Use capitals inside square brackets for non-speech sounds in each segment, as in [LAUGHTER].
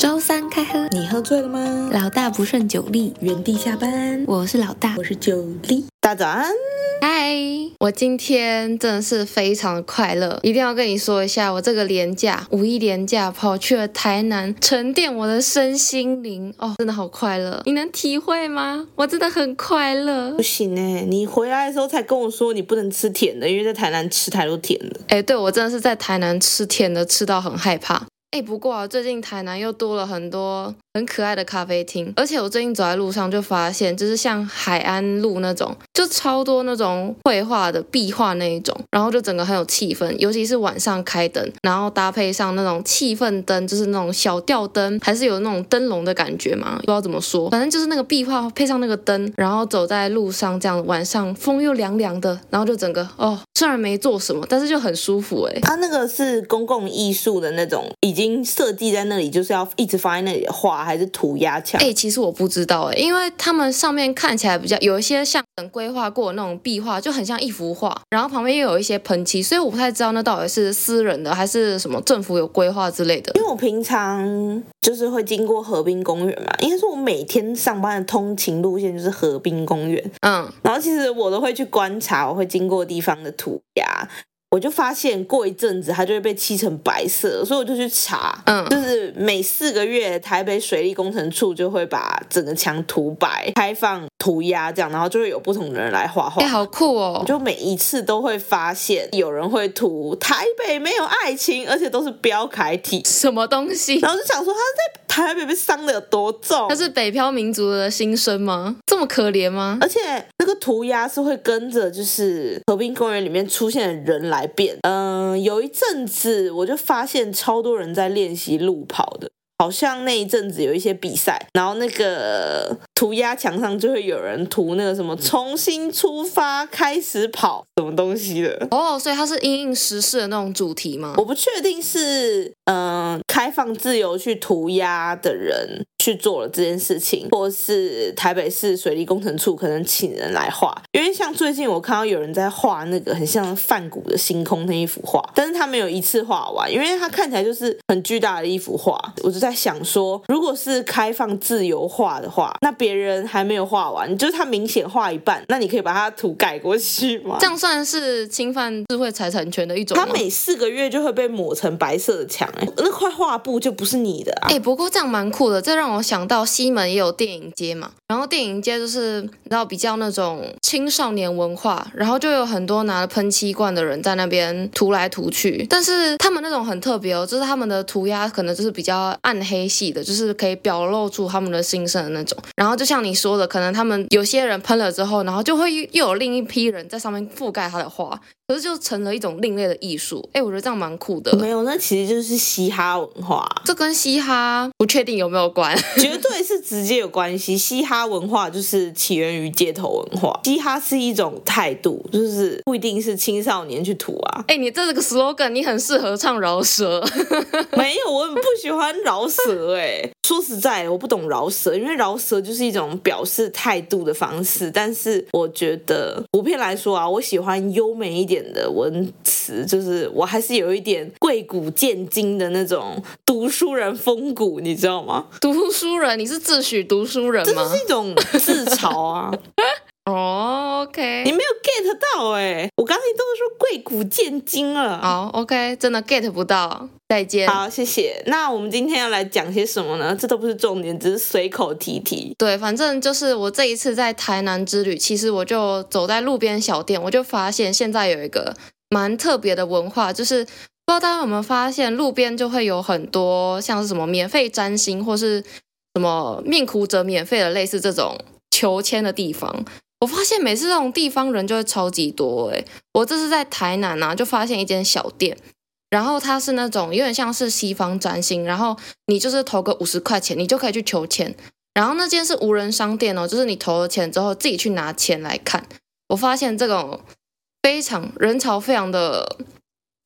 周三开喝，你喝醉了吗？老大不顺酒力，原地下班，我是老大我。是九力。大早安，嗨，我今天真的是非常的快乐，一定要跟你说一下，我这个廉假五一廉假跑去了台南，沉淀我的身心灵，哦，真的好快乐，你能体会吗？我真的很快乐不。行哎、你回来的时候才跟我说你不能吃甜的，因为在台南吃太多甜的。哎，对我真的是在台南吃甜的，吃到很害怕。哎，不过啊，最近台南又多了很多很可爱的咖啡厅，而且我最近走在路上就发现，就是像海岸路那种，就超多那种绘画的壁画那一种，然后就整个很有气氛，尤其是晚上开灯，然后搭配上那种气氛灯，就是那种小吊灯，还是有那种灯笼的感觉嘛，不知道怎么说，反正就是那个壁画配上那个灯，然后走在路上这样，晚上风又凉凉的，然后就整个哦，虽然没做什么，但是就很舒服哎、它、那个是公共艺术的那种，已经设计在那里，就是要一直放在那里的画，还是涂鸦墙？哎、其实我不知道哎、因为他们上面看起来比较有一些像很规划过的那种壁画，就很像一幅画，然后旁边又有一些喷漆，所以我不太知道那到底是私人的还是什么政府有规划之类的。因为我平常就是会经过河滨公园嘛，应该说我每天上班的通勤路线就是河滨公园，嗯，然后其实我都会去观察我会经过地方的涂鸦，我就发现过一阵子它就会被漆成白色，所以我就去查，嗯就是每四个月台北水利工程处就会把整个墙涂白，开放涂鸦这样，然后就会有不同的人来画画哎、。好酷我哦！就每一次都会发现有人会涂台北没有爱情，而且都是标楷体，什么东西然？后就想说他在台北被伤的有多重那，是北漂民族的心声吗？这么可怜吗？而且那个涂鸦是会跟着就是河滨公园里面出现的人来变。嗯、有一阵子我就发现超多人在练习路跑的。好像那一阵子有一些比赛，然后那个涂鸦墙上就会有人涂那个什么“重新出发，开始跑”什么东西的。哦，所以它是因应时事的那种主题吗？我不确定是嗯、呃开放自由去涂鸦的人去做了这件事情，或是台北市水利工程处可能请人来画，因为像最近我看到有人在画那个很像梵谷的星空那一幅画，但是他没有一次画完，因为它看起来就是很巨大的一幅画。我就在想说，如果是开放自由画的话，那别人还没有画完，就是他明显画一半，那你可以把它涂改过去 [LAUGHS] 吗？这样算是侵犯智慧财产权的一种吗它？每四个月就会被抹成白色的墙、哎，那块画布就不是你的啊哎、。不过这样蛮酷的，这让我想到西门也有电影街嘛，然后电影街就是你知道比较那种青少年文化，然后就有很多拿了喷漆罐的人在那边涂来涂去，但是他们那种很特别哦，就是他们的涂鸦可能就是比较暗黑系的，就是可以表露出他们的心声的那种。然后就像你说的，可能他们有些人喷了之后，然后就会又又有另一批人在上面覆盖他的画，可是就成了一种另类的艺术。哎、我觉得这样蛮酷的。没有，那其实就是嘻哈文化， [LAUGHS] 这跟嘻哈不确定有没有关，绝对是直接有关系。嘻哈文化就是起源于街头文化，嘻哈是一种态度，就是不一定是青少年去涂啊。哎、你这个 slogan 你很适合唱饶舌， [LAUGHS] [LAUGHS] 没有，我很不喜欢饶舌、哎，说实在的，我不懂饶舌，因为饶舌就是一种表示态度的方式。但是我觉得普遍来说啊，我喜欢优美一点的文词，就是我还是有一点贵古见今的那种读书人风骨，你知道吗？读书人，你是自诩读书 [LAUGHS] 人这就吗是？一种自嘲啊，哦，OK、 [LAUGHS] 你 o k 没有 get 到哎、我刚才都说贵古见今了。好，OK，真的 get 不到，再见。好，谢谢。那我们今天要来讲些什么呢？这都不是重点，只是随口提提。对，反正就是我这一次在台南之旅，其实我就走在路边小店，我就发现现在有一个蛮特别的文化，就是不知道大家有没有发现，路边就会有很多像是什么免费占星或是什么命苦者免费的类似这种求签的地方。我发现每次这种地方人就会超级多诶、我这次在台南啊，就发现一间小店，然后它是那种有点像是西方占星，然后你就是投个五十块钱，你就可以去求签。然后那间是无人商店哦，就是你投了钱之后自己去拿钱来看。我发现这种非常人潮非常的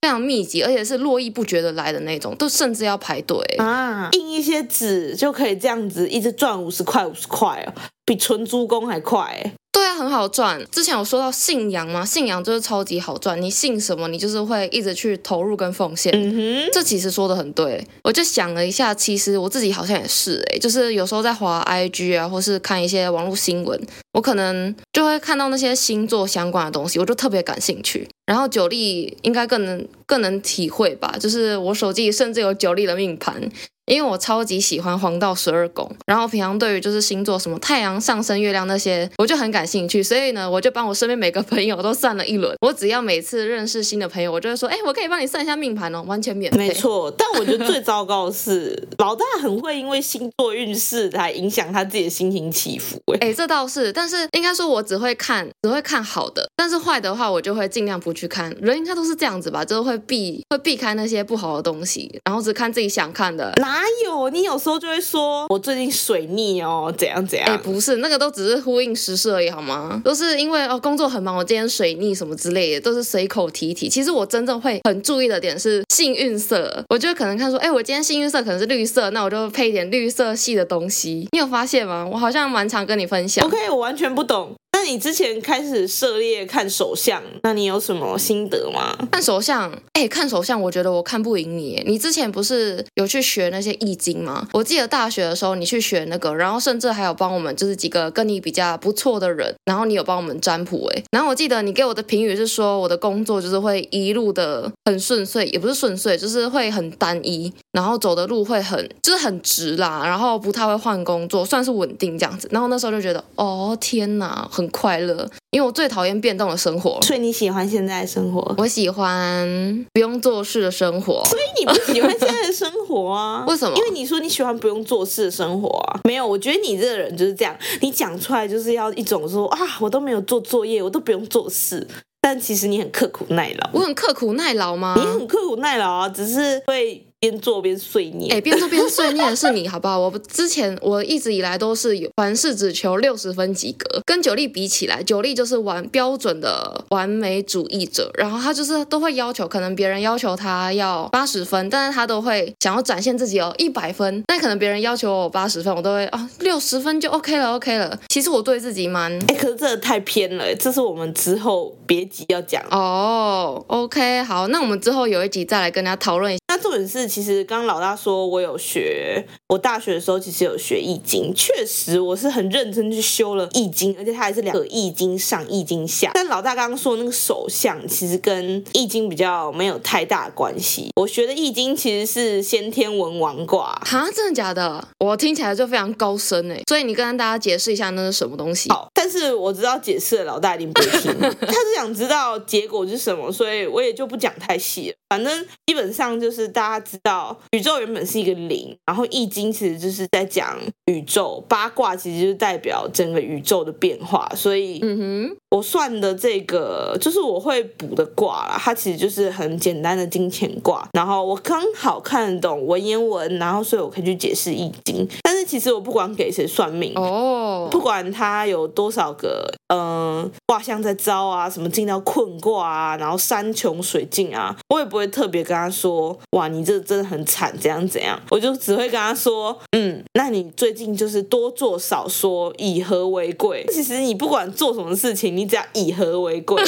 非常密集，而且是络绎不绝的来的那种，都甚至要排队。欸啊，印一些纸就可以这样子一直赚五十块五十块哦，比纯租工还快哎。对啊，很好赚。之前有说到信仰嘛，信仰就是超级好赚，你信什么，你就是会一直去投入跟奉献。嗯哼，这其实说的很对，我就想了一下，其实我自己好像也是诶、就是有时候在滑 IG 啊，或是看一些网络新闻，我可能就会看到那些星座相关的东西，我就特别感兴趣。然后九力应该更能更能体会吧，就是我手机甚至有九力的命盘，因为我超级喜欢黄道十二宫，然后平常对于就是星座什么太阳上升、月亮那些，我就很感兴趣，所以呢，我就帮我身边每个朋友都算了一轮。我只要每次认识新的朋友，我就会说，哎，我可以帮你算一下命盘哦，完全免费。没错。但我觉得 [LAUGHS] 最糟糕的是，老大很会因为星座运势来影响他自己的心情起伏哎。哎，这倒是，但是应该说，我只会看，只会看好的，但是坏的话，我就会尽量不去看。人应该都是这样子吧，就是会避会避开那些不好的东西，然后只看自己想看的。哪有？你有时候就会说，我最近水逆哦，怎样怎哎，样。不是，那个都只是呼应时事而已，好吗？都是因为哦工作很忙，我今天水逆什么之类的，都是随口提一提。其实我真正会很注意的点是幸运色，我就可能看说，哎，我今天幸运色可能是绿色，那我就配一点绿色系的东西。你有发现吗？我好像蛮常跟你分享。 OK，我完全不懂。那你之前开始涉猎看手相，那你有什么心得吗？看手相，哎、看手相，我觉得我看不赢你耶。你之前不是有去学那些易经吗？我记得大学的时候你去学那个，然后甚至还有帮我们，就是几个跟你比较不错的人，然后你有帮我们占卜，哎。然后我记得你给我的评语是说，我的工作就是会一路的很顺遂，也不是顺遂，就是会很单一，然后走的路会很就是很直啦，然后不太会换工作，算是稳定这样子。然后那时候就觉得，哦天哪，很快乐，因为我最讨厌变动的生活。所以你喜欢现在的生活？我喜欢不用做事的生活。？所以你不喜欢现在的生活啊 [LAUGHS] 为什么因为你说你喜欢不用做事的生活啊。没有，我觉得你这个人就是这样，你讲出来就是要一种说啊，我都没有做作业，我都不用做事，但其实你很刻苦耐劳，我很刻苦耐劳吗你？很刻苦耐劳啊，只是会边做边碎念。哎，边做边碎念的是你，好不好？我之前我一直以来都是有凡事只求六十分及格，跟九力比起来，九力就是完标准的完美主义者，然后他就是都会要求，可能别人要求他要八十分，但是他都会想要展现自己哦一百分，但可能别人要求我八十分，我都会啊六十分就 OK 了 OK 了。其实我对自己蛮哎、可是这个太偏了、这是我们之后别急要讲。哦、o k 好，那我们之后有一集再来跟大家讨论一下。那重点是，其实刚刚老大说我有学，我大学的时候其实有学易经，确实我是很认真去修了易经，而且它还是两个易经上、易经下。但老大刚刚说那个手相，其实跟易经比较没有太大关系。我学的易经其实是先天文王卦。哈，真的假的？我听起来就非常高深哎，所以你跟大家解释一下那是什么东西？好，但是我知道解释了，老大一定不会听，他是想知道结果是什么，所以我也就不讲太细了。反正基本上就是大家知道，宇宙原本是一个零，然后易经其实就是在讲宇宙，八卦其实就是代表整个宇宙的变化，所以嗯哼，我算的这个就是我会补的卦啦，它其实就是很简单的金钱卦。然后我刚好看得懂文言文，然后所以我可以去解释易经。但是其实我不管给谁算命，哦、不管他有多少个嗯卦象在招啊，什么进到困卦啊，然后山穷水尽啊，我也不会特别跟他说哇，你这真的很惨，怎样怎样，我就只会跟他说，嗯，那你最近就是多做少说，以和为贵。其实你不管做什么事情，你只要以和为 [LAUGHS] 贵，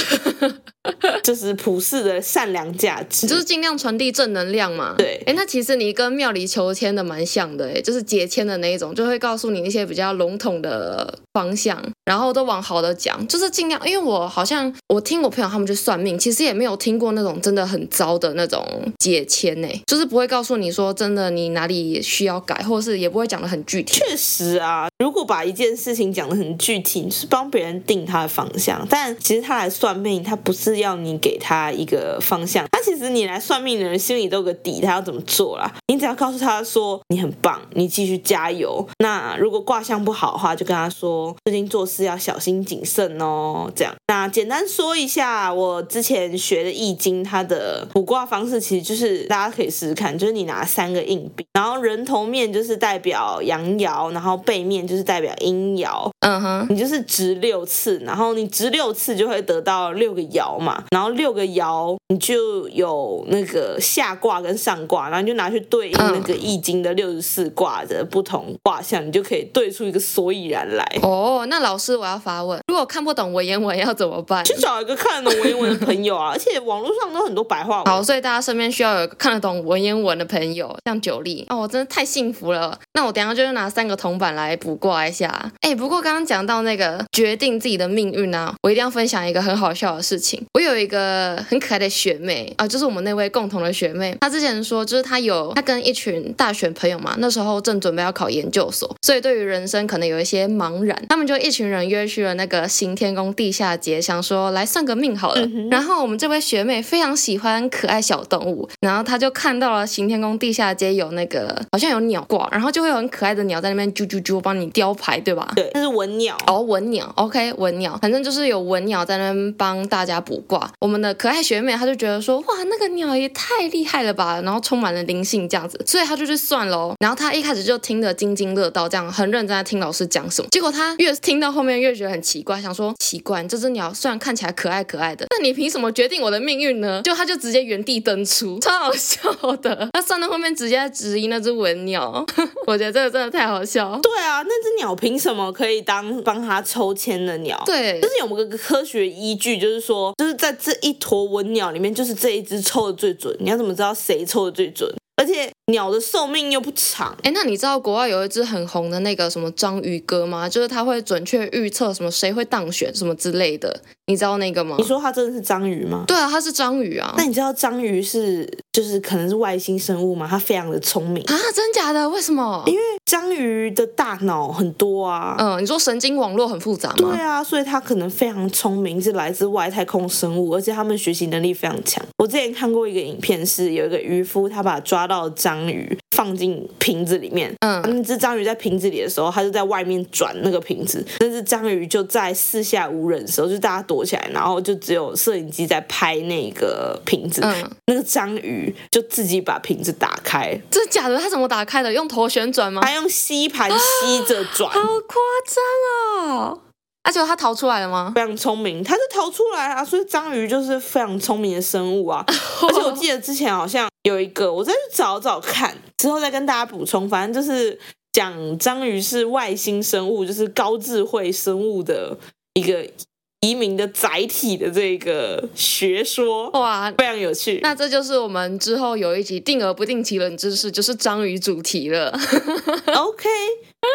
就是普世的善良价值。你就是尽量传递正能量嘛。对哎，那其实你跟庙里求签的蛮像的哎，就是解签的那一种，就会告诉你一些比较笼统的方向，然后都往好的讲，就是尽量。因为我好像我听我朋友他们去算命，其实也没有听过那种真的很糟的那种解签哎，就是不会告诉你说真的你哪里需要改，或是也不会讲的很具体。确实啊，如果把一件事情讲得很具体，你是帮别人定他的方向。但其实他来算命，他不是要你给他一个方向，他其实你来算命的人心里都有个底，他要怎么做啦。你只要告诉他说你很棒，你继续加油。那如果卦象不好的话，就跟他说最近做事要小心谨慎哦。这样，那简单说一下，我之前学的易经，它的卜卦方式其实就是大家可以试试看，就是你拿三个硬币，然后人头面就是代表阳爻，然后背面就是代表阴爻，嗯哼，你就是掷六次，然后你掷六次就会得到六个爻嘛，然后六个爻你就有那个下卦跟上卦，然后你就拿去对应那个易经的六十四卦的不同卦象，你就可以对出一个所以然来。哦，那老师我要发问，如果看不懂文言文要怎么办？去找一个看得懂文言文的朋友啊，而且网络上都很多白话文好，，所以大家身边需要有看得懂文言文的朋友，像九力哦，我真的太幸福了。那我等一下就拿三个铜板来卜卦一下。哎，不过刚刚讲到那个决定自己的命运啊，我一定要分享一个很好笑的事情。我有一个很可爱的学妹啊、就是我们那位共同的学妹，她之前说，就是她有她跟一群大学朋友嘛，那时候正准备要考研究所，所以对于人生可能有一些茫然，他们就一群人约去了那个行天宫地下街，想说来算个命好了。然后我们这位学妹非常喜欢可爱小动物，然后她就看到了行天宫地下街有那个好像有鸟挂，然后就会有很可爱的鸟在那边啾啾啾帮你雕牌，对吧？对，那是文鸟。哦，文鸟，OK，文鸟，反正就是有文鸟在那边帮大家卜卦。我们的可爱学妹她就觉得说，哇，那个鸟也太厉害了吧，然后充满了灵性这样子，所以她就去算喽。然后她一开始就听得津津乐道，这样很认真在听老师讲什么。结果她越听到后面越觉得很奇怪，想说奇怪，这只鸟虽然看起来可爱可爱的，但你凭什么决定我的命运呢？ [LAUGHS] 就她就直接原地登出，超好笑的。 [LAUGHS] 她算到后面直接在质疑那只文 [LAUGHS] 鸟，我觉得这个真的太好笑。对啊，那只鸟凭什么可以当帮它抽签的鸟？对就，是有个科学依据，就是说，就是在这一坨文鸟里面，就是这一只抽的最准。你要怎么知道谁抽的最准？而且鸟的寿命又不长，哎，那你知道国外有一支很红的那个什么章鱼哥吗？就是他会准确预测什么谁会当选什么之类的，你知道那个吗你？说它真的是章鱼吗？对啊，他是章鱼啊！那你知道章鱼是就是可能是外星生物吗？它非常的聪明，啊，真假的？为什么？因为章鱼的大脑很多啊。嗯、你说神经网络很复杂对吗？啊，所以它可能非常聪明，是来自外太空生物，而且它们学习能力非常强。我之前看过一个影片是，有一个渔夫他把抓到的章鱼放进瓶子里面，嗯，那只章鱼在瓶子里的时候，它就在外面转那个瓶子。那只章鱼就在四下无人的时候，就大家躲起来，然后就只有摄影机在拍那个瓶子。嗯那个章鱼就自己把瓶子打开，真假的？他怎么打开的？用头旋转吗？它用吸盘吸着转，好夸张哦！而且他逃出来了吗？非常聪明。它是逃出来啊，所以章鱼就是非常聪明的生物啊。而且我记得之前好像有一个，我再去找找看，之后再跟大家补充。反正就是讲章鱼是外星生物，就是高智慧生物的一个移民的载体的这个学说，哇，非常有趣。哦那这就是我们之后有一集定额不定期冷知识，就是章鱼主题了。 [LAUGHS] [LAUGHS] OK，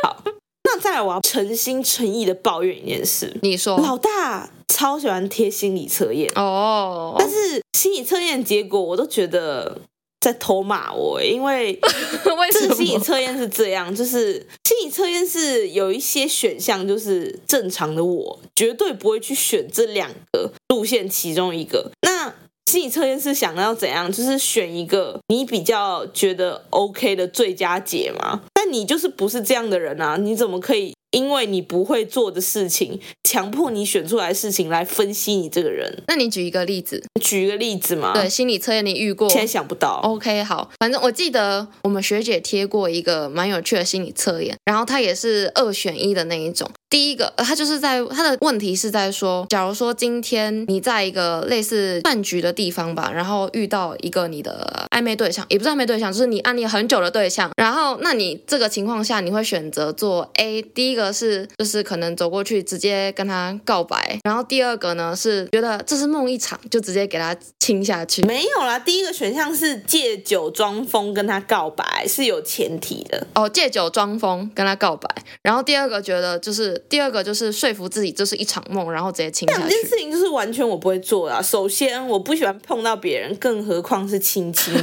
好，那再来我要诚心诚意的抱怨一件事，你说老大超喜欢贴心理测验，哦？但是心理测验结果我都觉得在偷骂我，欸因为。 [LAUGHS] 为这什个心理么？测验是这样，就是心理测验是有一些选项，就是正常的我绝对不会去选这两个路线其中一个。那心理测验是想要怎样？就是选一个你比较觉得 OK 的最佳解嘛。但你就是不是这样的人啊？你怎么可以因为你不会做的事情，强迫你选出来的事情来分析你这个人？那你举一个例子，举一个例子嘛，对，，心理测验你遇过。现在想不到。 OK，好，反正我记得我们学姐贴过一个蛮有趣的心理测验，然后它也是二选一的那一种。第一个，呃它就是在它的问题是在说，假如说今天你在一个类似饭局的地方吧，然后遇到一个你的暧昧对象，也不是暧昧对象，就是你暗恋很久的对象，然后那你这个情况下你会选择做 A，第一个是就是可能走过去直接跟他告白，然后第二个呢是觉得这是梦一场，就直接给他亲下去。没有啦，第一个选项是借酒装疯跟他告白，是有前提的。哦，借酒装疯跟他告白，然后第二个觉得就是第二个就是说服自己这是一场梦，然后直接亲两下件去。事情就是完全我不会做的啊。首先，我不喜欢碰到别人，更何况是亲亲，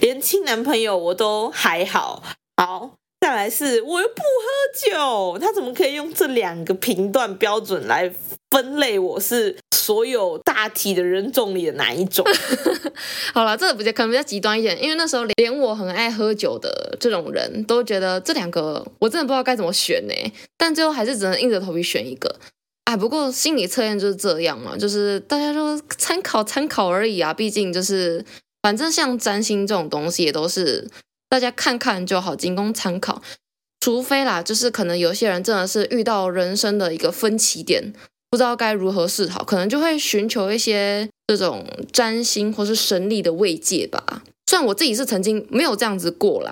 连亲男朋友我都还好。好，再来是我又不喝酒，他怎么可以用这两个评断标准来分类我是所有大体的人种里的哪一种？ [LAUGHS] 好了，这个比较可能比较极端一点，因为那时候连连我很爱喝酒的这种人都觉得这两个我真的不知道该怎么选呢、但最后还是只能硬着头皮选一个。哎，不过心理测验就是这样嘛，就是大家都参考参考而已啊，毕竟就是反正像占星这种东西也都是大家看看就好，仅供参考。除非啦，就是可能有些人真的是遇到人生的一个分歧点，不知道该如何是好，可能就会寻求一些这种占星或是神力的慰藉吧。虽然我自己是曾经没有这样子过啦，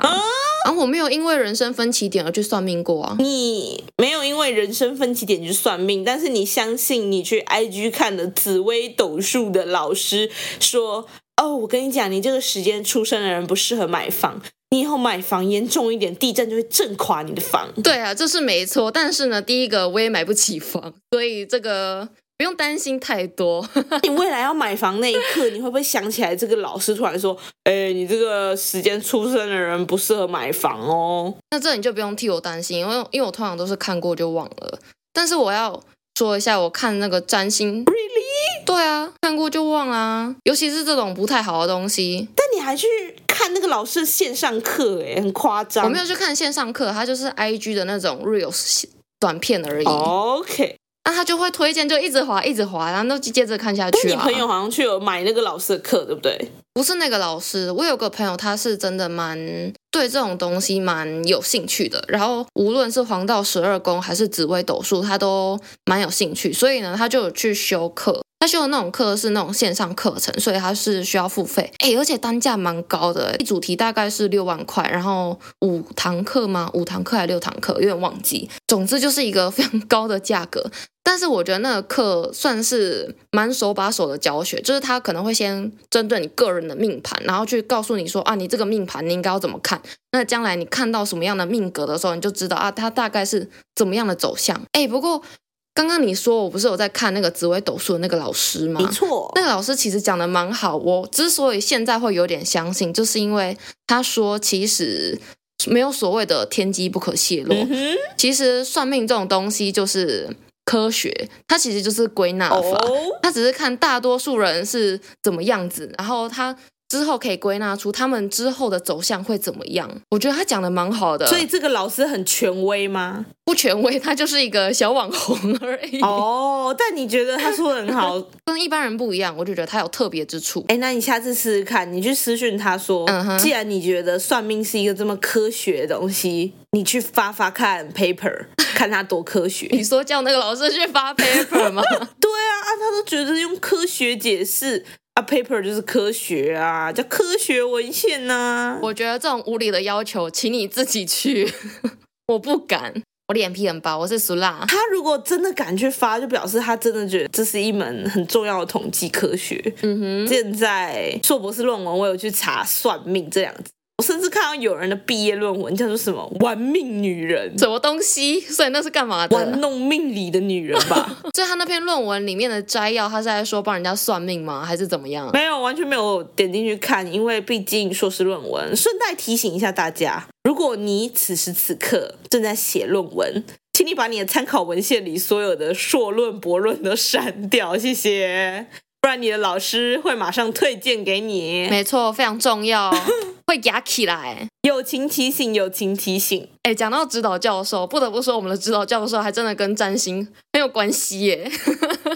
然后我没有因为人生分歧点而去算命过啊。你没有因为人生分歧点去算命，但是你相信你去 IG 看的紫微斗数的老师说，哦，我跟你讲，你这个时间出生的人不适合买房，你以后买房严重一点，地震就会震垮你的 [LAUGHS] 房。对啊，这是没错，但是呢，第一个我也买不起房， [LAUGHS] 所以这个不用担心太多。 [LAUGHS] 你未来要买房那一刻，你会不会想起来这个老师突然说，哎，你这个时间出生的人不适合买房哦？那这你就不用替我担心，因为因为我通常都是看过就忘了。但是我要说一下，我看那个占星，really？对啊，看过就忘啊，尤其是这种不太好的东西， [LAUGHS] 但你还去看那个老师的线上课，哎，很夸张。我没有去看线上课，它就是 I G 的那种 reels 短片而已。哦 OK，那他就会推荐，就一直滑，一直滑，然后都接着看下但去、啊。哎你朋友好像去有买那个老师的课，对不对？不是那个老师，我有个朋友，他是真的蛮对这种东西蛮有兴趣的。然后无论是黄道十二宫还是紫微斗数，他都蛮有兴趣，所以呢，他就有去修课。他修的那种课是那种线上课程，所以他是需要付费，哎，而且单价蛮高的，一主题大概是六万块，然后五堂课吗？五堂课还是六堂课？有点忘记。总之就是一个非常高的价格。但是我觉得那个课算是蛮手把手的教学，就是他可能会先针对你个人的命盘，然后去告诉你说啊，你这个命盘你应该要怎么看。那将来你看到什么样的命格的时候，你就知道啊，它大概是怎么样的走向。哎，不过刚刚你说我不是有在看那个紫微斗数的那个老师吗？没错，那个老师其实讲的蛮好，我之所以现在会有点相信，就是因为他说其实没有所谓的天机不可泄露，嗯哼，其实算命这种东西就是科学，它其实就是归纳法，哦，它只是看大多数人是怎么样子，然后它之后可以归纳出他们之后的走向会怎么样。我觉得他讲的蛮好的，所以这个老师很权威吗？不权威，他就是一个小网红而已，哦， [LAUGHS] 但你觉得他说的很 [LAUGHS] 好，跟一般人不一样。我就觉得他有特别之处。哎，那你下次试试看，你去私讯他说嗯哼既然你觉得算命是一个这么科学的东西，你去发发看 [LAUGHS] paper，看他多科学。你说叫那个老师去发 [LAUGHS] paper 吗？对啊，啊，他都觉得用科学解释啊，paper 就是科学啊，叫科学文献啊呐、我觉得这种无理的要求，请你自己去， [LAUGHS] 我不敢，我脸皮很薄，我是俗辣。他如果真的敢去发，就表示他真的觉得这是一门很重要的统计科学。嗯哼。现在硕博士论文，我有去查算命这两个字，我甚至看到有人的毕业论文叫做什么“玩命女人什么东西？所以那是干嘛”，玩的？弄命理的女人 [LAUGHS] 吧？所以他那篇论文里面的摘要，他是在说帮人家算命吗？还是怎么样？没有，完全没有点进去看，因为毕竟硕士论文。顺带提醒一下大家，如果你此时此刻正在写论文，请你把你的参考文献里所有的硕论、博论都删掉，谢谢，不然你的老师会马上推荐给你。没错，非常重要，会压起来。友情提醒，友情提醒，哎，讲到指导教授，不得不说我们的指导教授还真的跟占星很有关系耶。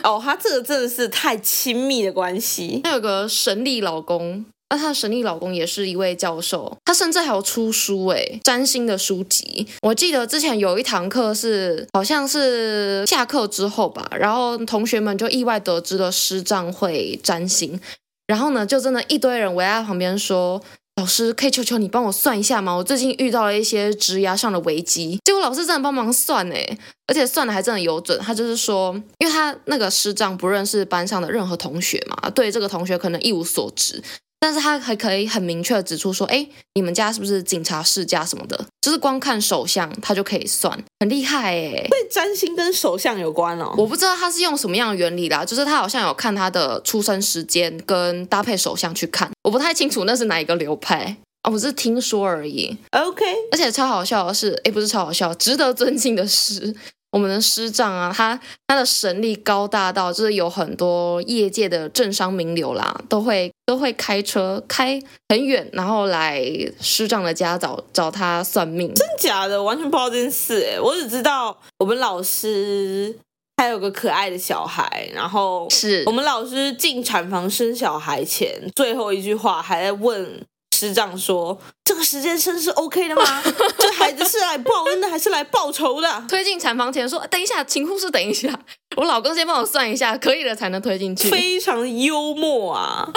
哦，他这个真的是太亲密的关系。他有个神力老公，那他的神力老公也是一位教授，他甚至还有出书诶，占星的书籍。我记得之前有一堂课是好像是下课之后吧，然后同学们就意外得知了师丈会占星，然后呢，就真的一堆人围在旁边说。老师，可以求求你帮我算一下吗？我最近遇到了一些职涯上的危机。结果老师真的帮忙算欸诶，而且算的还真的有准。他就是说，因为他那个师长不认识班上的任何同学嘛，对这个同学可能一无所知，但是他还可以很明确的指出说，哎，你们家是不是警察世家什么的？就是光看手相，他就可以算，很厉害哎。对占星跟手相有关哦，我不知道他是用什么样的原理啦，就是他好像有看他的出生时间跟搭配手相去看，我不太清楚那是哪一个流派啊，我只是听说而已。 OK，而且超好笑的是，诶，不是超好笑，值得尊敬的是，我们的师长啊，他他的神力高大到，就是有很多业界的政商名流啦，都会都会开车开很远，然后来师长的家找找他算命。真假的，我完全不知道这件事哎、我只知道我们老师他有个可爱的小孩，然后是我们老师进产房生小孩前最后一句话还在问。师长说：“这个时间生是 OK 的吗？这孩子是来报恩的还是来报仇的推进产房前说，等一下，请护士等一下，我老公先帮我算一下，可以了才能推进？”去，非常幽默啊，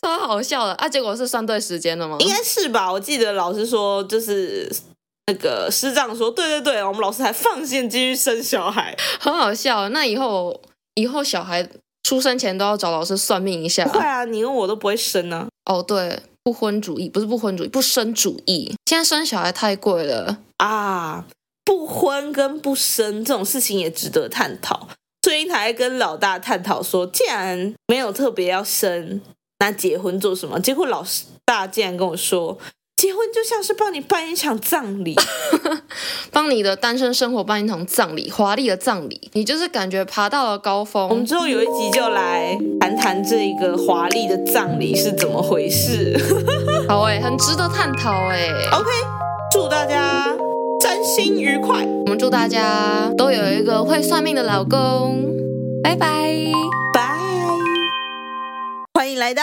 超好笑的啊！结果是算对时间了吗？应该是吧？我记得老师说，就是那个师长说：“对对对，我们老师还放线继续生小孩。很好笑。那以后以后小孩出生前都要找老师算命一”下。对啊，你跟我都不会生啊。哦，对，不婚主义不是不婚主义，不生主义。现在生小孩太贵了，啊，不婚跟不生这种事情也值得探讨。最近还跟老大探讨说，既然没有特别要生，那结婚做什么？结果老大竟然跟我说，结婚就像是帮你办一场葬礼，帮你的单身生活办一场葬礼，华丽的葬礼，你就是感觉爬到了高我们峰。之后有一集就来谈谈这个华丽的葬礼是怎么回事。好哎、很值得探讨哎、 OK，祝大家真心愉快。我们祝大家都有一个会算命的老公，拜拜。拜，欢迎来到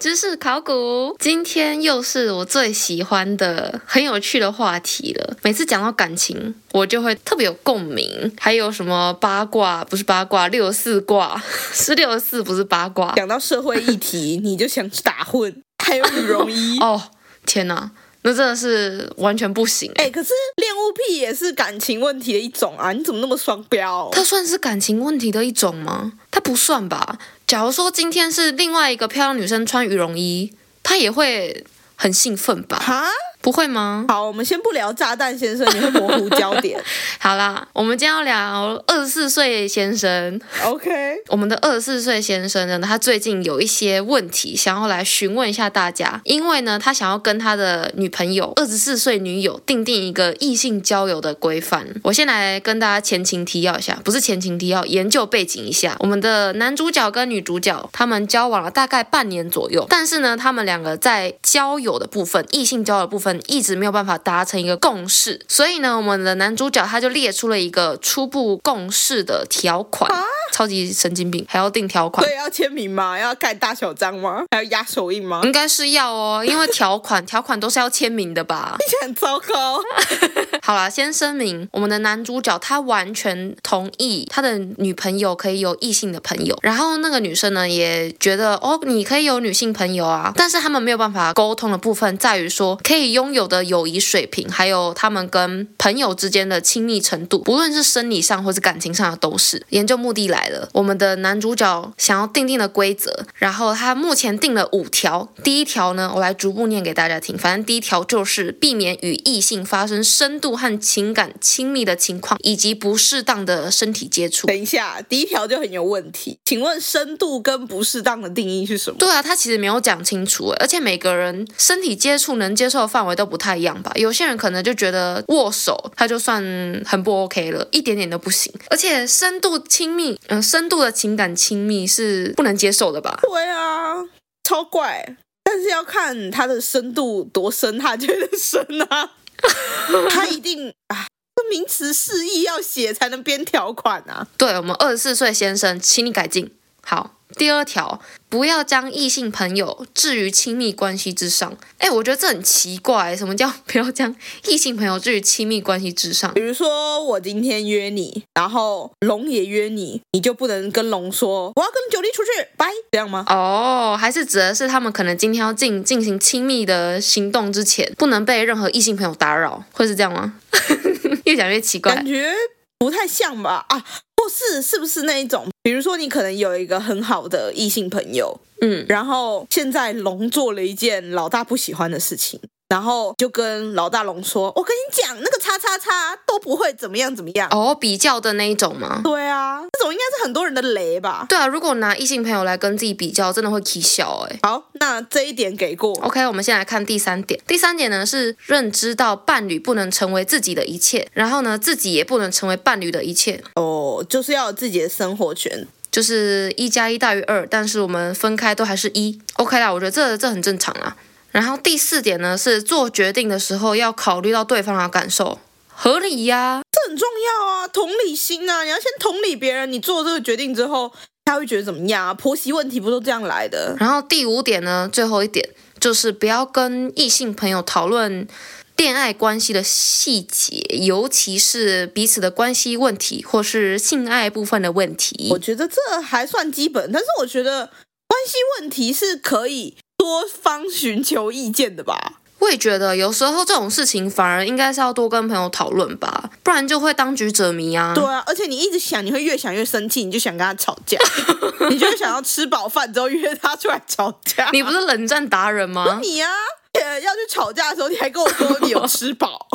知识考古，今天又是我最喜欢的很有趣的话题了。每次讲到感情，我就会特别有共鸣。还有什么八卦？不是八卦，六四卦 [LAUGHS] 是六四，不是八卦。讲到社会议 [LAUGHS] 题，你就想打混，还有羽绒 [LAUGHS] 衣哦，天哪，那真的是完全不行。哎、可是恋物癖也是感情问题的一种啊！你怎么那么双标？它算是感情问题的一种吗？它不算吧。假如说今天是另外一个漂亮女生穿羽绒衣，她也会很兴奋吧？哈，不会吗？好，我们先不聊炸弹先生，你会模糊焦点。好啦，我们今天要聊二十四岁先生。 [LAUGHS] OK，我们的二十四岁先生呢，他最近有一些问题，想要来询问一下大家，因为呢，他想要跟他的女朋友二十四岁女友订定一个异性交友的规范。我先来跟大家前情提要一下，不是前情提要，研究背景一下。我们的男主角跟女主角他们交往了大概半年左右，但是呢，他们两个在交友的部分，异性交友的部分一直没有办法达成一个共识，所以呢，我们的男主角他就列出了一个初步共识的条款。超级神经病，还要定条款对，。要签名吗？要盖大小章吗？还要压手印 [LAUGHS] 吗？应该是要哦，因为条款条款都是要签名的吧。 [LAUGHS] 听起来很糟糕。好啦，先声明，我们的男主角他完全同意他的女朋友可以有异性的朋友，然后那个女生呢也觉得哦，你可以有女性朋友啊，但是他们没有办法沟通的部分在于说，可以拥有的友谊水平，还有他们跟朋友之间的亲密程度，不论是生理上或是感情上的都是。研究目的来了，我们的男主角想要定定的规则，然后他目前定了五条。第一条呢，我来逐步念给大家听。反正第一条就是避免与异性发生深度和情感亲密的情况，以及不适当的身体接触。等一下，第一条就很有问题。请问深度跟不适当的定义是什么？对啊，他其实没有讲清楚欸，而且每个人身体接触能接受的范围都不太一样吧。有些人可能就觉得握手他就算很不 OK 了，一点点都不行。而且深度亲密，嗯、深度的情感亲密是不能接受的吧？对啊，超怪。但是要看它的深度多深，他觉得深 [LAUGHS] 啊。他一定啊，这名词释义要写才能编条款啊。对我们二十四岁先生，请你改进。好，第二条，不要将异性朋友置于亲密关系之上。哎，我觉得这很奇怪，欸什么叫 [LAUGHS] 不要将异性朋友置于亲密关系之上比？如说，我今天约你，然后龙也约你，你就不能跟龙说我要跟九弟出去，拜，这样吗？哦，还是指的是他们可能今天要进进行亲密的行动之前，不能被任何异性朋友打扰，会是这样吗？ [LAUGHS] 越讲越奇怪感。觉不太像吧？啊，或是是不是那一种？比如说，你可能有一个很好的异性朋友，嗯，然后现在龙做了一件老大不喜欢的事情，然后就跟老大龙说：“我跟你讲，那个叉叉叉都不会怎么样怎么样。哦，比较的那一种吗？对啊，这种应该是很多人的雷吧。对啊，如果拿异性朋友来跟自己比较，真的会起笑哎、好，那这一点给过。 OK，我们先来看第三点。第三点呢是认知到伴侣不能成为自己的一切，然后呢自己也不能成为伴侣的一切，哦，就是要有自己的生活圈。就是一加一大于二，但是我们分开都还是一。OK 啦，我觉得这这很正常啊。然后第四点呢是做决定的时候要考虑到对方的感受，合理呀、这很重要啊，同理心啊，你要先同理别人。你做这个决定之后，他会觉得怎么样啊？婆媳问题不都这样来的？然后第五点呢，最后一点就是不要跟异性朋友讨论恋爱关系的细节，尤其是彼此的关系问题或是性爱部分的问我题。觉得这还算基本，但是我觉得关系问题是可以多方寻求意见的吧。我也觉得有时候这种事情反而应该是要多跟朋友讨论吧，不然就会当局者迷啊。对啊，而且你一直想，你会越想越生气，你就想跟他吵架，你就会想要吃饱饭之后约他出来吵架。 [LAUGHS] 你不是冷战达人 [LAUGHS] 吗？你啊，呃要去吵架的时候，你还跟我说你有吃饱，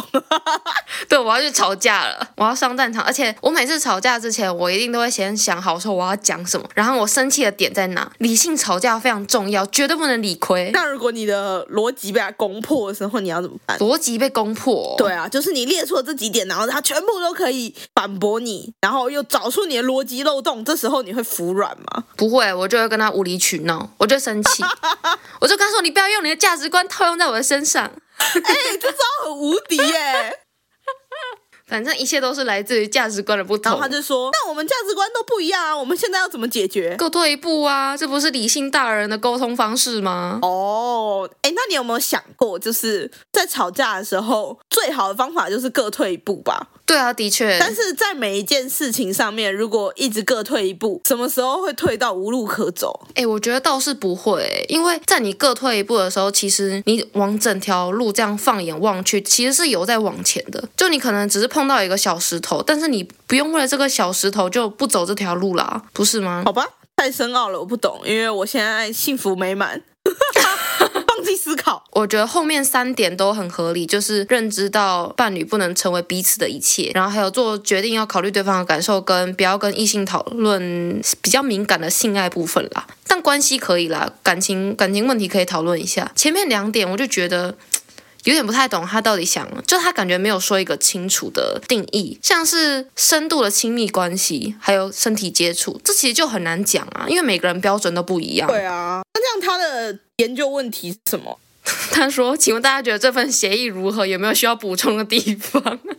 对，我要去吵架了，我要上战场。而且我每次吵架之前，我一定都会先想好说我要讲什么，然后我生气的点在哪。理性吵架非常重要，绝对不能理亏。那如果你的逻辑被他攻破的时候，你要怎么办？逻辑被攻破、对，啊，就是你列出了这几点，然后他全部都可以反驳你，然后又找出你的逻辑漏洞，这时候你会服软 [LAUGHS] 吗？不会，我就会跟他无理取闹，我就生 [LAUGHS] 气，我就跟他说：“你不要用你的价值观套用在我的身上。哎、这招很无敌耶、”反正一切都是来自于价值观的不然同后他。就说：“那我们价值观都不一样啊，我们现在要怎么解决各退一步啊，这不是理性大人的沟通方式吗？”？哦，哎，那你有没有想过，就是在吵架的时候，最好的方法就是各退一步吧？对啊，的确。但是在每一件事情上面，如果一直各退一步，什么时候会退到无路可走？哎、我觉得倒是不会、欸因为在你各退一步的时候，其实你往整条路这样放眼望去，其实是有在往前的。就你可能只是碰到一个小石头，但是你不用为了这个小石头就不走这条路啦，不是吗？好吧，太深奥了，我不懂，因为我现在幸福美满， [LAUGHS] 放弃思考。我觉得后面三点都很合理，就是认知到伴侣不能成为彼此的一切，然后还有做决定要考虑对方的感受，跟不要跟异性讨论比较敏感的性爱部分啦。但关系可以啦，感情感情问题可以讨论一下。前面两点我就觉得。嘖有点不太懂他到底想，就他感觉没有说一个清楚的定义，像是深度的亲密关系，还有身体接触，这其实就很难讲啊，因为每个人标准都不一样。对啊，那这样他的研究问题是什么？他说：“请问大家觉得这份协议如何？有没有需要补充的地方？” [LAUGHS]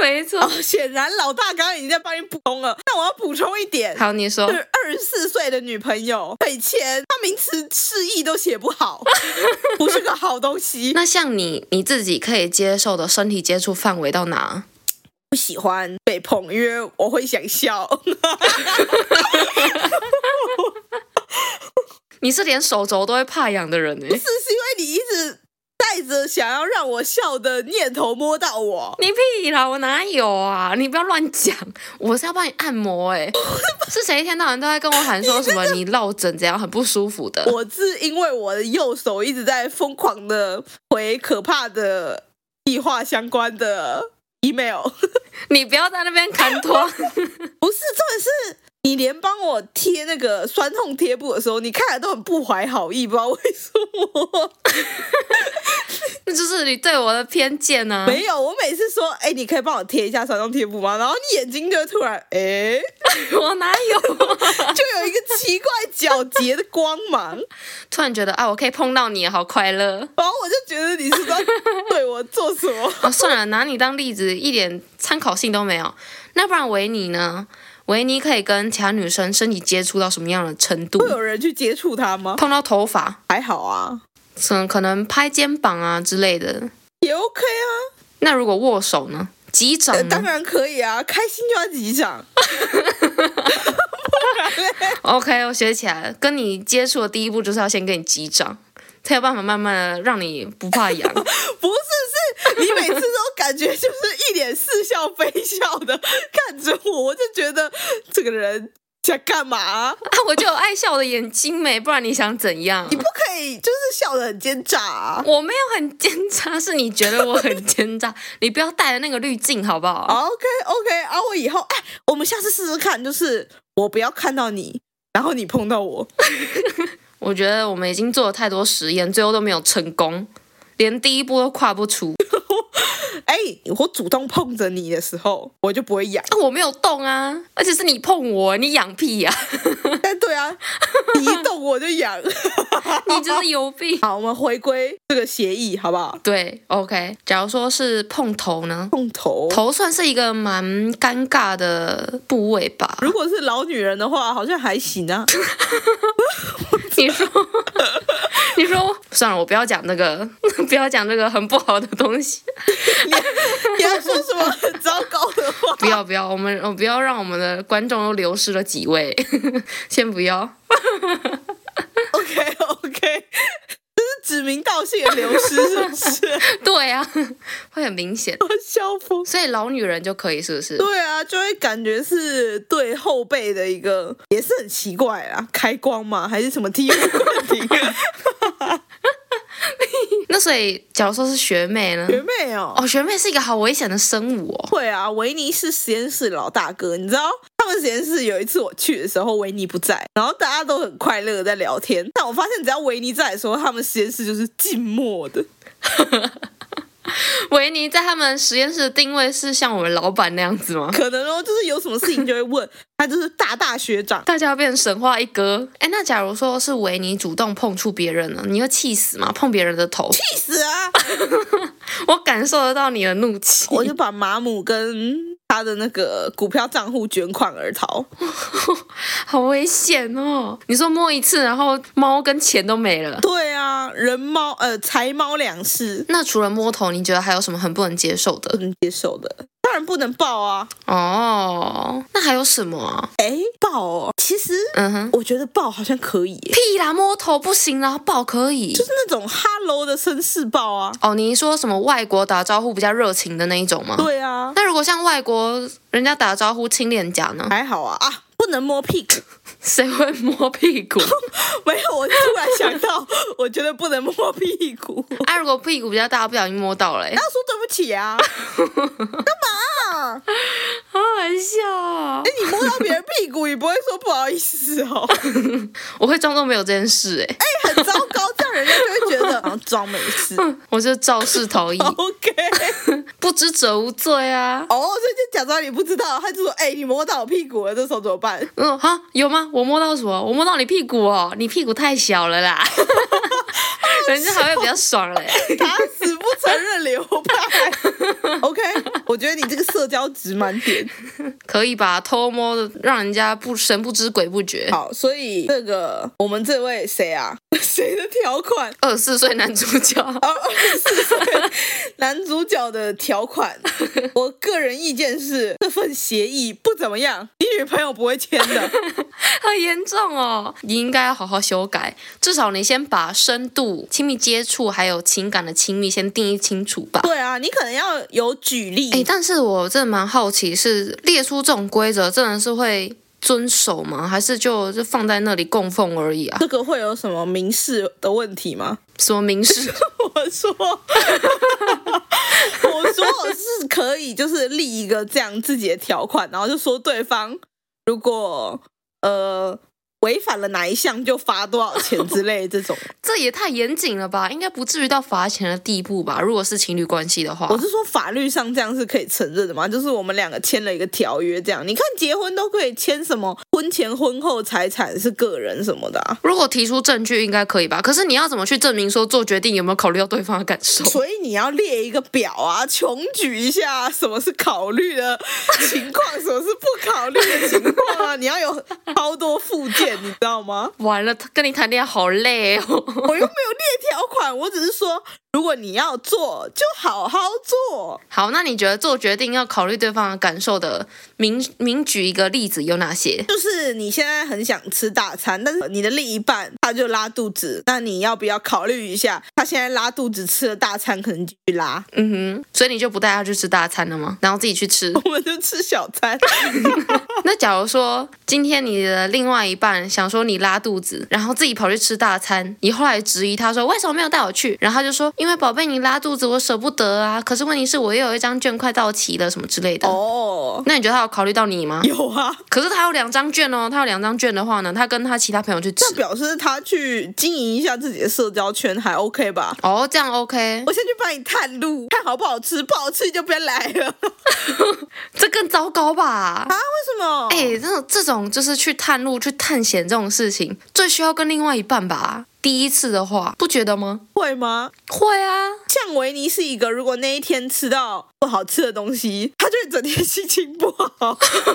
没错。哦，显然老大刚刚已经在帮你补充了，那我要补充一点。好，你说就，是二十四岁的女朋友被签，她名词释义都写不好，不是个好东西。那像你你自己可以接受的身体接触范围到哪？不喜欢被碰，因为我会想笑。 [LAUGHS] 你是连手肘都会怕痒的人欸呢、 [LAUGHS] 是是因为你一直带着想要让我笑的念头摸到我，你屁啦！我哪有啊？你不要乱讲，我是要帮你按摩 [LAUGHS] 哎、是谁一天到晚都在跟我喊说什么你落枕怎样很不舒服的？我是因为我的右手一直在疯狂的回可怕的计划相关的 email， [LAUGHS] 你不要在那边砍拖。不是，重点是。你连帮我贴那个酸痛贴布的时候，你看起来都很不怀好意，不知道为什么。那 [LAUGHS] 就是你对我的偏见啊！没有，我每次说，哎、你可以帮我贴一下酸痛贴布吗？然后你眼睛就会突然， [LAUGHS] 哎、我哪有？就有一个奇怪皎洁的光芒。突然觉得啊，我可以碰到你，好快乐。 [LAUGHS] 然后我就觉得你是在对我做什么？哦，算了，拿你当例子一点参考性都没有。那不然维尼呢？维尼可以跟其他女生身体接触到什么样的程度会？有人去接触他吗？碰到头发，还好啊，嗯，可能拍肩膀啊之类的。也 OK 啊，那如果握手呢？击掌呃当呢然可以啊，开心就要击掌。 ？OK，我学起来了。跟你接触的第一步就是要先跟你击掌，才有办法慢慢的让你不怕 [LAUGHS] 痒。啊不是，是你每次都感觉就是一脸似笑非笑的 [LAUGHS] 看着我，我就觉得这个人在干嘛、啊，我就有爱笑的眼睛没，不然你想怎样？你不可以就是笑得很奸诈、啊。 [LAUGHS] 我没有很奸诈，是你觉得我很奸诈， [LAUGHS] 你不要带了那个滤镜好不好？ OK OK 啊，我以后哎，我们下次试试看，就是我不要看到你，然后你碰到我，我觉得我们已经做了太多实验，最后都没有成功，连第一步都跨不出。 [LAUGHS] 哎、哎、我主动碰着你的时候，我就不会痒。啊我没有动啊，而且是你碰我，你养屁啊呀、但对啊，你一动我就痒。 [LAUGHS] 你真是有病。 [LAUGHS] 好，我们回归这个协议，好不好？对，OK。假如说是碰头呢？碰头。头算是一个蛮尴尬的部位吧？ [LAUGHS] 如果是老女人的话，好像还行啊。 [LAUGHS] 你说， [LAUGHS] 你说， [LAUGHS] 算了，我不要讲那个， [LAUGHS] 不要讲这个很不好的东西，你要说什么很糟糕的话？不要不要，我们我不要让我们的观众又流失了几位， [LAUGHS] 先不要。 [LAUGHS] OK OK，这 [LAUGHS] 是指名道姓的流失，是不是？ [LAUGHS] 对啊，会很明显，我笑疯。所以老女人就可以是不是？对啊，就会感觉是对后辈的一个，也是很奇怪啊，开光嘛，还是什么 [LAUGHS] 醍醐灌顶？那所以假如说是学妹呢？学妹哦，哦，学妹是一个好危险的生物哦。 [LAUGHS] 会啊，维尼是实验室老大哥，你知道他们实验室有一次我去的时候，维尼不在，然后大家都很快乐地在聊天，但我发现只要维尼在的时候，他们实验室就是静默 [LAUGHS] 的。维尼在他们实验室的定位是像我们老板那样子吗？可能哦，就是有什么事情就会问他，就是大大学长。大家变神话一哥。哎，那假如说是维尼主动碰触别人呢，你会气死吗？碰别人的头，气死啊！我感受得到你的怒气。我就把马姆跟他的那个股票账户卷款而逃。好危险哦！你说摸一次，然后猫跟钱都没了。对啊，人猫呃财猫两世那除了摸头，你觉得还有什么很不能接受不的？能接受的，当然不能抱啊！哦，那还有什么啊？哎，抱哦，其实嗯哼，我觉得抱好像可以耶，屁啦，摸头不行啦，抱可以就。是那种哈喽的绅士抱啊。哦，你说什么外国打招呼比较热情的那一种吗？。对啊，那如果像外国人家打招呼亲脸颊呢？还好啊啊，不能摸屁股。 [LAUGHS] [LAUGHS] 谁会摸屁股？没有，我突然想到， [LAUGHS] 我觉得不能摸屁股。 [LAUGHS] 啊，如果屁股比较大，不小心摸到了、欸，他说对不起啊，干嘛、啊？ [LAUGHS] 好好笑、哦。你摸到别人屁股，你不会说不好意思哦，我会装作没有这件事、欸，哎、很糟糕，这样人家就会觉得好像装没事。我就肇事逃 [LAUGHS] 逸， OK，不知者无罪啊。哦，所以就假装你不知道，他就说：“哎、你摸到我屁股了，这时候怎么办 [LAUGHS] 嗯，哈，有吗？我摸到什么？我摸到你屁股哦，你屁股太小了啦。人家还会比较爽嘞、？”打死不承认流派。OK，我 [LAUGHS] 觉得你这个社交值满点。可以吧？偷摸的，让人家不神不知鬼不觉。好，所以这个我们这位谁啊？ [LAUGHS] 谁的条款？哦二十四岁男主 [LAUGHS] 角， [LAUGHS] 而二十四岁男主角的条款， [LAUGHS] 我个人意见是这份协议不怎么样，你女朋友不会签 [LAUGHS] 的。好严重哦！你应该要好好修改，至少你先把深度、亲密接触还有情感的亲密先定义清楚吧。对啊，你可能要有举例。哎，但是我真的蛮好奇，是列出这种规则，真的是会遵守吗？还是就就放在那里供奉而已啊？这个会有什么民事的问题吗？什么明示？我说， [LAUGHS] 我说我是可以，就是立一个这样自己的条款，然后就说对方如果呃违反了哪一项就罚多少钱之类的这种。这也太严谨了吧？应该不至于到罚钱的地步吧？如果是情侣关系的话我，是说法律上这样是可以承认的吗？就是我们两个签了一个条约，这样你看结婚都可以签什么婚前婚后财产是个人什么的、啊，如果提出证据应该可以吧？可是你要怎么去证明说做决定有没有考虑到对方的感受？ [LAUGHS] 所以你要列一个表啊，穷举一下什么是考虑的情况，什么是不考虑的情况啊，你要有超多附件，你知道吗？完了，他跟你谈恋爱好累哦。 [LAUGHS] [LAUGHS] 我又没有列条款，我只是说如果你要做就好好做。好，那你觉得做决定要考虑对方的感受的，明明举一个例子有哪些？就是你现在很想吃大餐，但是你的另一半他就拉肚子，那你要不要考虑一下？他现在拉肚子吃了大餐，可能继续拉， [LAUGHS]。嗯哼，所以你就不带他去吃大餐了吗？然后自己去吃我们就吃小 [LAUGHS] 餐。 [LAUGHS] 那假如说今天你的另外一半想说你拉肚子，然后自己跑去吃大餐，你后来质疑他说为什么没有带我去，然后他就说因为宝贝你拉肚子，我舍不得啊。可是问题是我又有一张券快到期了，什么之类的。哦，那你觉得他有考虑到你吗？有啊，可是他有两张券哦，他有两张券的话呢，他跟他其他朋友去吃那。表示他去经营一下自己的社交圈还 OK 吧？哦，这样 OK，我先去帮你探路，看好不好吃，不好吃你就不要来了 [LAUGHS] 啊？为这更糟糕吧？什么？哎、这种这种就是去探路、去探险这种事情，最需要跟另外一半吧。第一次的话，不觉得吗？会吗？会啊，像维尼是一个，如果那一天吃到不好吃的东西，他就会整天心情不好， [LAUGHS] 他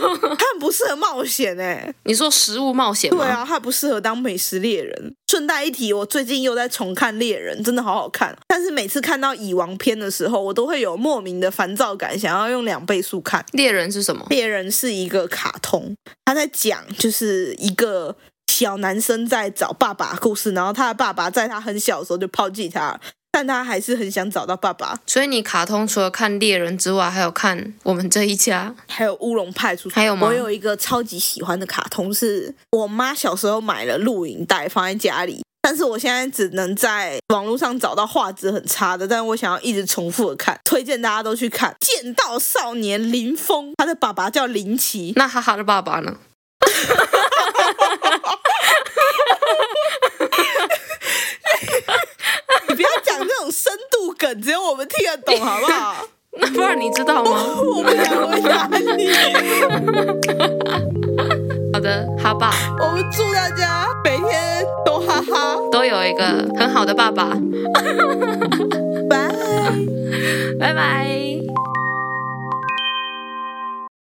很不适合冒险哎、你说食物冒险吗？对啊，他不适合当美食猎人。顺带一提，我最近又在重看《猎人》，真的好好看。但是每次看到蚁王篇的时候，我都会有莫名的烦躁感，想要用两倍速看。猎人是什么？猎人是一个卡通，他在讲就是一个小男生在找爸爸的故事，然后他的爸爸在他很小的时候就抛弃他了，但他还是很想找到爸爸。所以你卡通除了看猎人之外，还有看我们这一家还有乌龙派出所，还有吗我有一个超级喜欢的卡通，是我妈小时候买了录影带放在家里，但是我现在只能在网络上找到画质很差的，但是我想要一直重复的看，推荐大家都去看《剑道少年林峰》，他的爸爸叫林奇，那哈哈的爸爸呢？ [LAUGHS] 你不要讲这种深度梗，只有我们听得懂，好不好？那不然你知道吗？我不想回答你，好的，哈爸我们祝大家每天都哈哈，都有一个很好的爸爸，拜。拜拜。